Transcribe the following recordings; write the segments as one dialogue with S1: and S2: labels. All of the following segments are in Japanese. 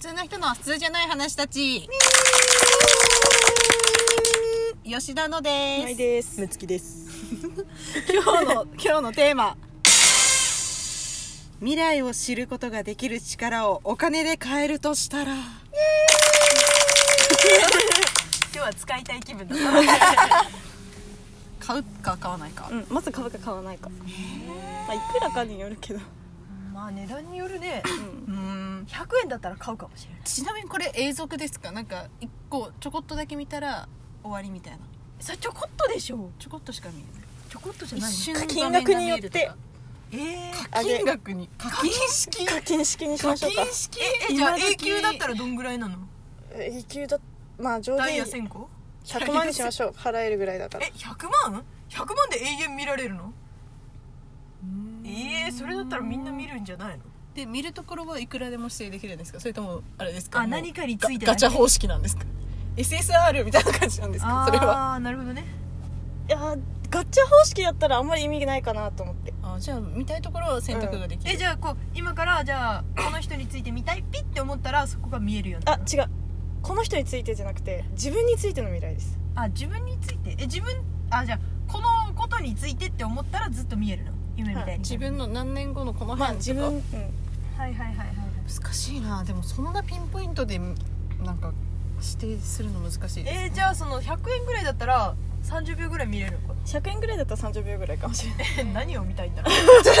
S1: 通な人の普通じゃない話たち吉田ので
S2: ない
S1: す
S2: です。むつき です。
S1: 今日の今日のテーマ未来を知ることができる力をお金で買えるとしたら
S2: 今日は使いたい気分だ。
S1: 買うか買わないか、
S2: うん、まず買うか買わないか。まあ、いくらかによるけど。
S3: まあ値段によるね
S1: うーん
S3: 100円だったら買うかもしれない
S1: ちなみにこれ永続ですかなんか一個ちょこっとだけ見たら終わりみたいな
S3: それちょこっとでしょ
S1: ちょこっとしか見え
S3: ちょこっとじゃ
S1: な
S3: ないい
S1: 一瞬
S2: 金額によって
S1: 画面が見えるとか
S3: ええ
S1: 課金額に課金式
S2: 課金式にしま
S1: 課
S2: しょうか
S1: 金。式
S3: えじゃあ
S1: 今時
S3: 永久だったらどんぐらいなの
S2: 永久だ。まあ、上
S3: ダイ
S2: 限
S3: ヤ1000個
S2: 100万にしましょう。払えるぐらいだから
S3: え。100万 ?100 万で永遠見られるのええそれだったらみんな見るんじゃないの
S1: で見るところはいくらでも指定できるんですかそれともあれですか
S3: あ
S1: もう
S3: 何かについて
S1: ガガ
S3: だけ
S1: チャ方式なんですか SSR みたいな感じなんですかそれは
S3: ああなるほどね
S2: いやー、ガッチャ方式だったらあんまり意味ないかなと思って。
S1: あじゃあ見たいところは選択ができる、
S3: えじゃあこう今からじゃあこの人について見たいピッて思ったらそこが見えるようにな
S2: あ
S3: る、
S2: 違う。この人についてじゃなくて、自分についての未来です。
S3: あ自分についてえ自分あじゃあこのことについてって思ったらずっと見えるの夢みたいに、
S2: はい
S1: 自分の何年後のこの
S2: まあ、
S1: 辺
S2: 自
S1: とか、
S2: 分、うん。
S3: はいはいはいはいはい
S1: 難しいなでもそんなピンポイントでなんか指定するの難しいです、
S3: えー、じゃあその100円ぐらいだったら30秒ぐらい見れるのかな
S2: 100円ぐらいだったら30秒ぐらいかもしれ ない。
S3: え何を見たいんだろう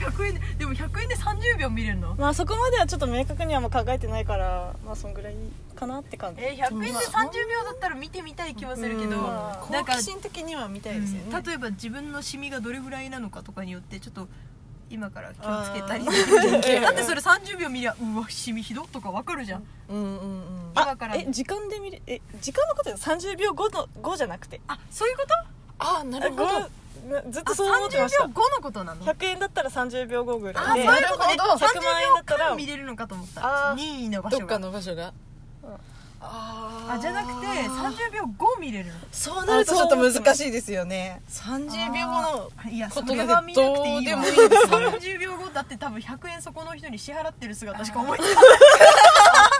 S3: 100円ででも100円で30秒見れるの
S2: まあ、そこまではちょっと明確にはもう考えてないから、まあ、そんぐらいかなって感じ。
S3: えー、100円で30秒だったら見てみたい気はするけど、
S1: うん
S2: まあ
S3: なんか
S1: 好奇心的には見たいですよね、
S3: うん例えば自分のシミがどれぐらいなのかとかによってちょっと今から気をつけたり
S1: あ
S3: だってそれ30秒見りゃうわシミひどっとかわかるじゃん
S1: うんうんうん
S3: 今から
S2: え時間で見るえ時間のことで30秒後の後じゃなくて
S3: あそういうこと
S1: あなるほど
S2: あごめんずっ
S3: あ
S2: とそう思ってまし
S3: 30
S2: た
S3: 秒後のことなの
S2: 100円だったら30秒後ぐ
S3: あ
S2: らいで
S3: そういうことね
S1: なるほど
S3: 30
S2: 100万円だ
S3: 秒
S2: ったら
S3: 間見れるのかと思っ
S2: あ
S3: た
S2: ー
S3: 任意の場
S1: ど
S3: 所
S1: っ
S3: が
S1: かの場所が、
S2: うん
S1: あー
S3: あじゃなくて30秒後見れるの
S1: そうなるとちょっと難しいですよね30秒後の
S3: あいや
S1: こ
S3: そ
S1: とな
S3: れ
S1: ん
S3: は
S1: て
S3: 見
S1: ど
S3: なくて
S1: う
S3: いい
S1: で
S3: わ
S1: もいいですよ
S3: 30秒後だって多分100円そこの人に支払ってる姿しか思いつか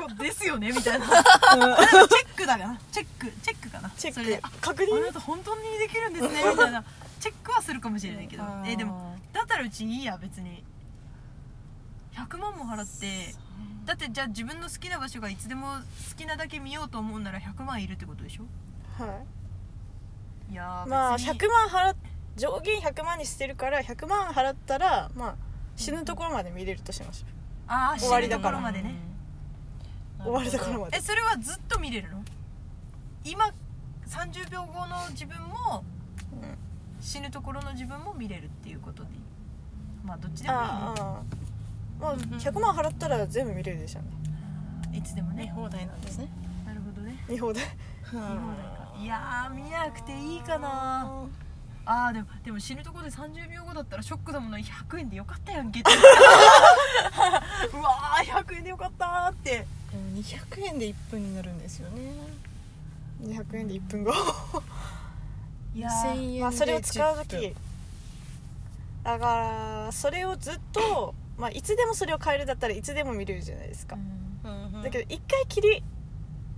S3: ないですよねみたいなチェックだなチェックチェックかな
S2: チェ
S3: それ
S2: ッ
S3: で
S2: ク
S3: あ
S2: 確
S3: あな
S2: 認
S3: た本当にできるんですねみたいなチェックはするかもしれないけど
S1: あー
S3: えでもだったらうちにいいや別に100万も払ってだってじゃあ自分の好きな場所がいつでも好きなだけ見ようと思うなら100万いるってことでしょ
S2: はい
S3: やー
S2: まあ
S3: 別に
S2: 100万払っ上限100万にしてるから100万払ったらまあ死ぬところまで見れるとしましょ
S3: あー
S2: 終わりだから
S3: 死ぬところまでね、
S2: う終わりだからまで
S3: えそれはずっと見れるの今30秒後の自分も、
S2: うん
S3: 死ぬところの自分も見れるっていうことでいいまあどっちでもいい
S2: ああああまあ
S3: うんうん
S2: 100万払ったら全部見れるでしょうね
S3: ねいつでもね
S1: 放題なんですね
S3: なるほどね
S2: 見放題
S3: 見放題かいやー見なくていいかなあーでもでも死ぬところで30秒後だったらショックだもんな100円でよかったやんけってうわー100円でよかったーって
S1: でも200円で1分になるんですよね
S2: 200円で1分後
S3: いや
S1: 1000
S3: ー
S1: 円で
S2: まあそれを使う
S1: 10
S2: 時
S1: 分
S2: だからそれをずっと、まあ、いつでもそれを変えるだったらいつでも見れるじゃないですか、
S1: うんうん
S2: だけど一回きり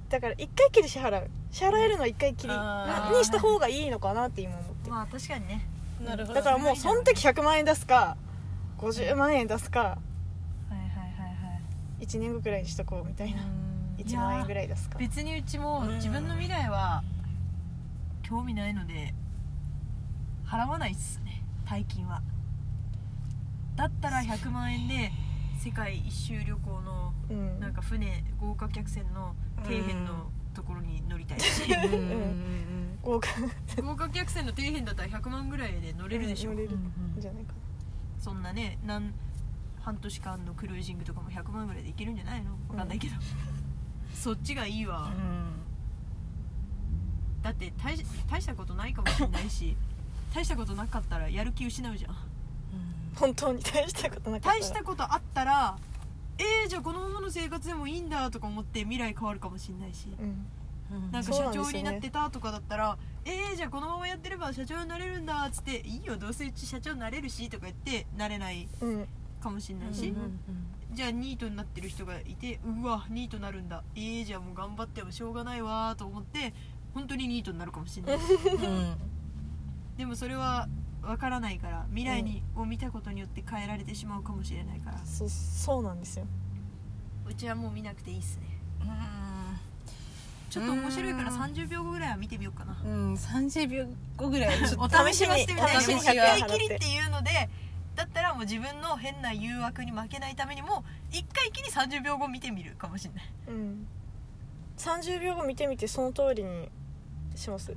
S2: だから一回きり支払う支払えるのは一回きり
S1: あ
S3: ー
S2: にした方がいいのかなって今思って
S3: まあ確かにね
S1: なるほど
S2: だからもうその時100万円出すか50万円出すか
S3: はいはいはいはい
S2: 1年後くらいにしとこうみたいな
S1: うん
S2: 1万円ぐらい出すか
S3: 別にうちも
S1: うん
S3: 自分の未来は興味ないので払わないっすね大金はだったら100万円で世界一周旅行の
S2: う
S3: なん
S2: ん
S3: か船豪華客船の底辺のところに乗りたいし、
S1: うんうんうん
S2: 豪華
S3: 豪華客船の底辺だったら100万ぐらいで乗れるでしょ、
S2: 乗れ
S1: う
S2: るん
S1: ん
S2: じゃないか
S3: そんなねなん半年間のクルージングとかも100万ぐらいでいけるんじゃないのわかんないけど、そっちがいいわ、だって大し大したことないかもしれないし大したことなかったらやる気失うじゃん
S2: な本当に大したことなかったら
S3: 大したことあったらえー、じゃあこのままの生活でもいいんだとか思って未来変わるかもしれないし
S2: うん
S1: うん
S3: なん
S2: そ
S3: か
S2: う
S3: 社
S2: なんですよね
S3: 長になってたとかだったら、えー、じゃあこのままやってれば社長になれるんだっつっていいよどうせうち社長になれるしとか言ってなれない
S2: うん
S3: かもしれないし、
S2: うん
S3: じゃあニートになってる人がいてうわニートなるんだえー、じゃあもう頑張ってもしょうがないわーと思って本当にニートになるかもしれ ないしでもそれは分からないから未来にを見たことによって変えられてしまうかもしれないから
S2: そそうなんですよ
S3: うちはもう見なくていいっすねちょっと面白いから
S1: うん
S3: 30秒後ぐらいは見てみようかな
S1: うん30秒後ぐらいはちょ
S3: お
S1: っと
S3: 試しはしてみたい
S1: お試し
S3: で
S1: が
S3: も100回きりっていうのでだったらもう自分の変な誘惑に負けないためにも1回きり30秒後見てみるかもしれない
S2: うん30秒後見てみてその通りにします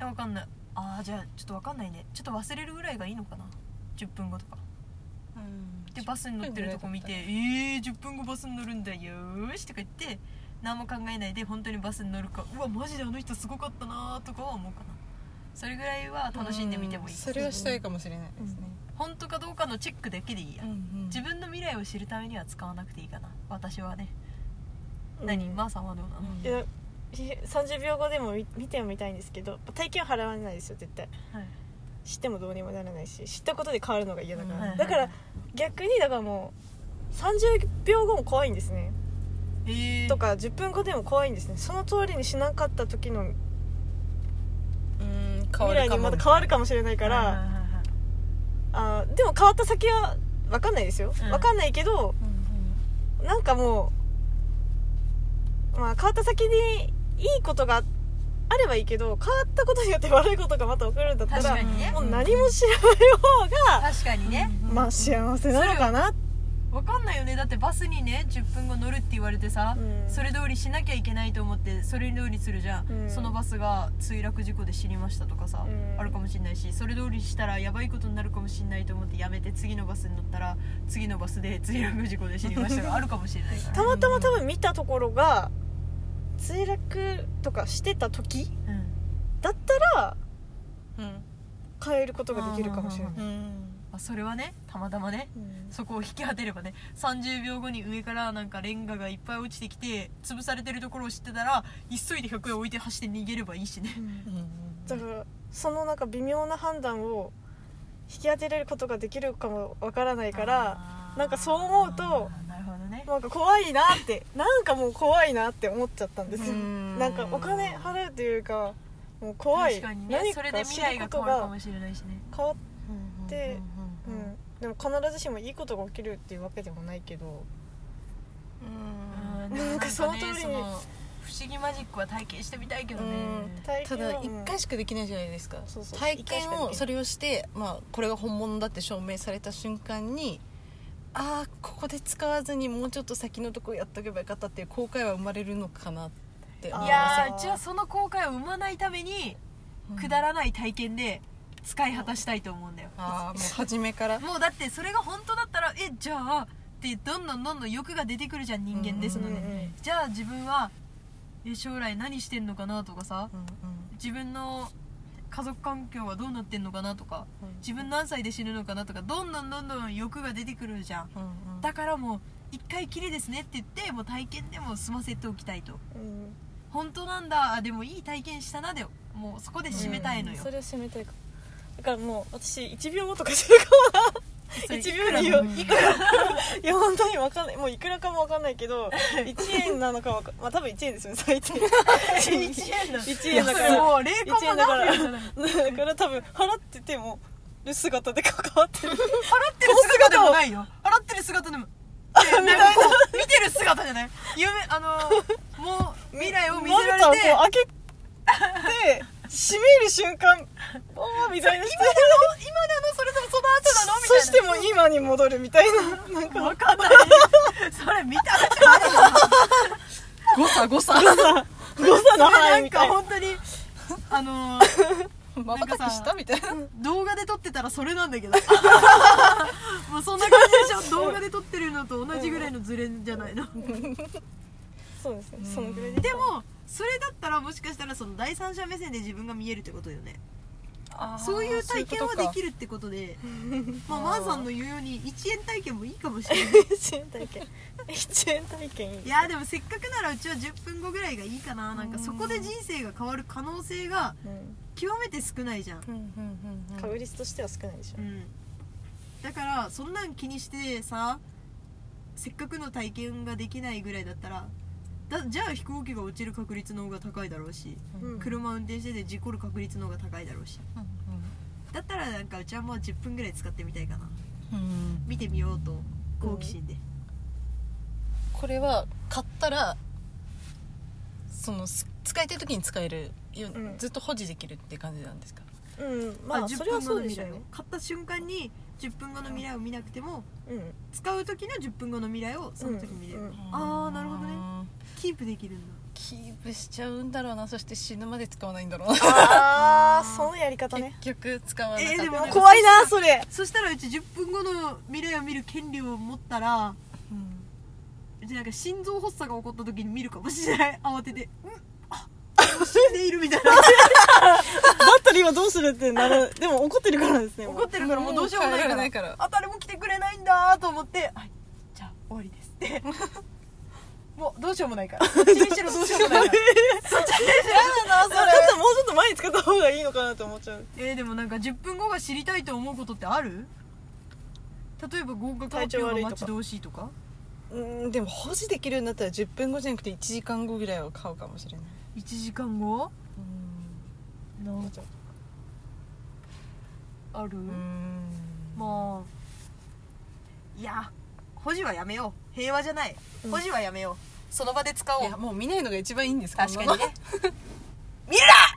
S3: えわかんないあーじゃあちょっとわかんないねちょっと忘れるぐらいがいいのかな10分後とかでバスに乗ってるとこ見て「えー、10分後バスに乗るんだよーし」とか言って何も考えないで本当にバスに乗るかうわマジであの人すごかったなーとかは思うかなそれぐらいは楽しんでみてもいい、
S1: うそれはしたいかもしれないですね、
S3: 本当かどうかのチェックだけでいいや、
S1: うん
S3: 自分の未来を知るためには使わなくていいかな私はね、何
S2: うん
S3: まーさんはどうなの、
S2: いや30秒後でも見見てはみたいんですけど体験は払わないですよ絶対
S3: はい
S2: 知ってもどうにもならないし知ったことで変わるのが嫌だから、
S1: うんはい
S3: はい
S2: だから逆にだからもう30秒後も怖いんですね
S3: えー、
S2: とか10分後でも怖いんですねその通りにしなかった時の
S1: うん変わ
S2: 未来
S1: る
S2: に
S1: かも
S2: また変わるかもしれないから、
S3: はいはいはいはい
S2: あーでも変わった先は分かんないですよ、
S3: うん
S2: 分かんないけどなんかもう、まあ、変わった先にいいことがあればいいけど変わったことによって悪いことがまた起こるんだった
S3: 確からにね
S2: もう何も知らない方が、
S3: 確かにね、
S2: まあ幸せなのかな
S3: わかんないよねだってバスにね10分後乗るって言われてさ、
S2: うん
S3: それ通りしなきゃいけないと思ってそれ通りするじゃん、
S2: うん
S3: そのバスが墜落事故で死にましたとかさ、
S2: うん
S3: あるかもしんないしそれ通りしたらやばいことになるかもしんないと思ってやめて次のバスに乗ったら次のバスで墜落事故で死にました があるかもしれないから、
S2: たまたま多分見たところが墜落とかしてた時
S3: うん
S2: だったら
S1: うん
S2: 変えることができるかもしれない、
S3: うまあ、それはねたまたまねそこを引き当てればね30秒後に上からなんかレンガがいっぱい落ちてきて潰されてるところを知ってたら急いで100円置いて走って逃げればいいしね
S2: うんだ
S1: う
S2: からそのなんか微妙な判断を引き当てれることができるかもわからないから
S3: あー
S2: なんかそう思うと
S3: なるほどね
S2: なんか怖いなってなんかもう怖いなって思っちゃったんですよ
S1: ん
S2: なんかお金払うというかもう怖い
S3: 確かに
S2: 何
S3: ねそれで
S2: か知
S3: 未
S2: る
S3: 来が
S2: こ
S3: 変
S2: と
S3: わるか
S2: が
S3: もしれないしね
S2: 変わっ
S1: って
S2: うんでも必ずしもいいことが起きるっていうわけでもないけど
S1: うん
S3: でも
S2: なんかその通りに
S3: その不思議マジックは体験してみたいけどね
S1: うん
S2: 体
S1: た
S2: 験は
S1: だ
S2: うん
S1: 一回しかできないじゃないですか
S2: そうそう
S1: 体
S2: 一回し
S1: 験
S2: かできな
S1: を
S2: い
S1: それをして、まあ、これが本物だって証明された瞬間にああここで使わずにもうちょっと先のとこやっとけばよかったっていう後悔は生まれるのかなって思
S2: あー
S3: い
S1: い
S3: や
S1: ま
S3: ーうちはその後悔を生まないためにくだ
S1: ら
S3: らない体験で使い果たしたいと思うんだよ
S1: あーもう初めから
S3: もうだってそれが本当だったらえじゃあってどんどんどんどん欲が出てくるじゃん人間ですの
S1: う
S3: で、
S1: んうん
S3: じゃあ自分はえ将来何してんのかなとかさ
S1: うんうん
S3: 自分の家族環境はどうなってんのかなとか自分何歳で死ぬのかなとかどんどんどんどん欲が出てくるじゃん
S1: うんうん
S3: だからもう一回きりですねって言ってもう体験でも済ませておきたいと
S2: うん
S3: 本当なんだあでもいい体験したなでもうそこで締めたいのよ、
S2: それを締めたいかだからもう私1秒後とかするかも
S3: それ
S2: 1秒に
S3: いく
S2: よ
S3: らの
S2: いくらいや本当に分かんないもういくらかも分かんないけど1円なのかわかまあ多分1円ですよね最 低1
S3: 1円だ
S2: 一円だから
S3: いやもう0コマ
S2: 円だから
S3: 何円じゃな
S2: だ
S3: い
S2: から多分払っててもる姿で関わってる
S3: 払ってる姿でもないよ払ってる姿でもでなんかこう見てる姿じゃない夢あのーもう未来を見せら
S2: まぶ
S3: れて
S2: たをこう開けて閉める瞬間おーみたいなして
S3: 今なのそれともその後なのみたい
S2: そ
S3: な
S2: してもう今に戻るみたいななんか
S3: わかんないそれ見たこと
S1: 誤差誤差
S2: 誤差の
S3: な
S2: 範
S3: い
S2: 囲み
S3: なんか
S2: たいな
S3: 本当にあのー
S1: まばたきしたみたいな
S3: 動画で撮ってたらそれなんだけど もうそんな感じでしょ動画で撮ってるのと同じぐらいのズレじゃないの
S2: そうですね
S1: うん
S2: そのぐらい
S3: でもそれだったらもしかしたらその第三者目線で自分が見えるってことよねそういう体験はでき
S1: る
S3: るってことでまあまーさんの言うように1円体験もいいかもしれない
S2: 1円体験1円体験いい
S3: いやでもせっかくならうちは10分後ぐらいがいいかななんか
S1: うん
S3: そこで人生が変わる可能性が
S2: うん
S3: 極めて少ないじゃ
S1: う
S3: ん、
S1: んうんうんうん
S2: 確率としては少ないでしょ
S3: うん、だからそんなん気にしてさせっかくの体験ができないぐらいだったらだじゃあ飛行機が落ちる確率の方が高いだろうし、
S2: うん
S3: 車運転してて事故る確率の方が高いだろうしだったらなんかうちはもう10分ぐらい使ってみたいかな
S1: うん
S3: 見てみようと好奇心で、
S1: これは買ったらそのす使いたい時に使えるよ
S2: うん
S1: ずっと保持できるって感じなんですか
S2: うんまあそれはそうでしょうね
S3: 買った瞬間に10分後の未来を見なくても
S2: うん
S3: 使う時の10分後の未来をその時見れる、
S2: うんうん
S3: あーなるほどねキープできるんだ
S1: キープしちゃうんだろうなそして死ぬまで使わないんだろうな
S2: あーそのやり方ね
S1: 結局使わなかった
S3: えーでも
S1: ら
S2: 怖いなそれ
S3: そしたらうち10分後の未来を見る権利を持ったら
S1: うん
S3: うちなんか心臓発作が起こった時に見るかもしれ ない慌てて「うんあ死んでいる」みたい な
S2: だったら今どうするってなるでも怒ってるからですねもう
S3: 怒ってるからもうどうしようもな
S1: も
S3: い
S1: う帰
S3: から
S1: れないから
S3: あ誰も来てくれないんだと思って「はいじゃあ終わりです」って もうどうしようもない から一日のどうしようも ないから
S2: あそれだったらもうちょっと前に使った方がいいのかなと思っちゃう
S3: えーでもなんか10分後が知りたいと思うことってある例えば合格発表が待ち遠しいとか
S1: うんでも保持できるようになったら10分後じゃなくて1時間後ぐらいは買うかもしれない
S3: 1時間後なんかある、
S1: うん
S3: もういや保持はやめよう平和じゃない保持はやめよう、その場で使お
S1: いうやもう見ないのが一番いいんです
S3: 確かにね 見るな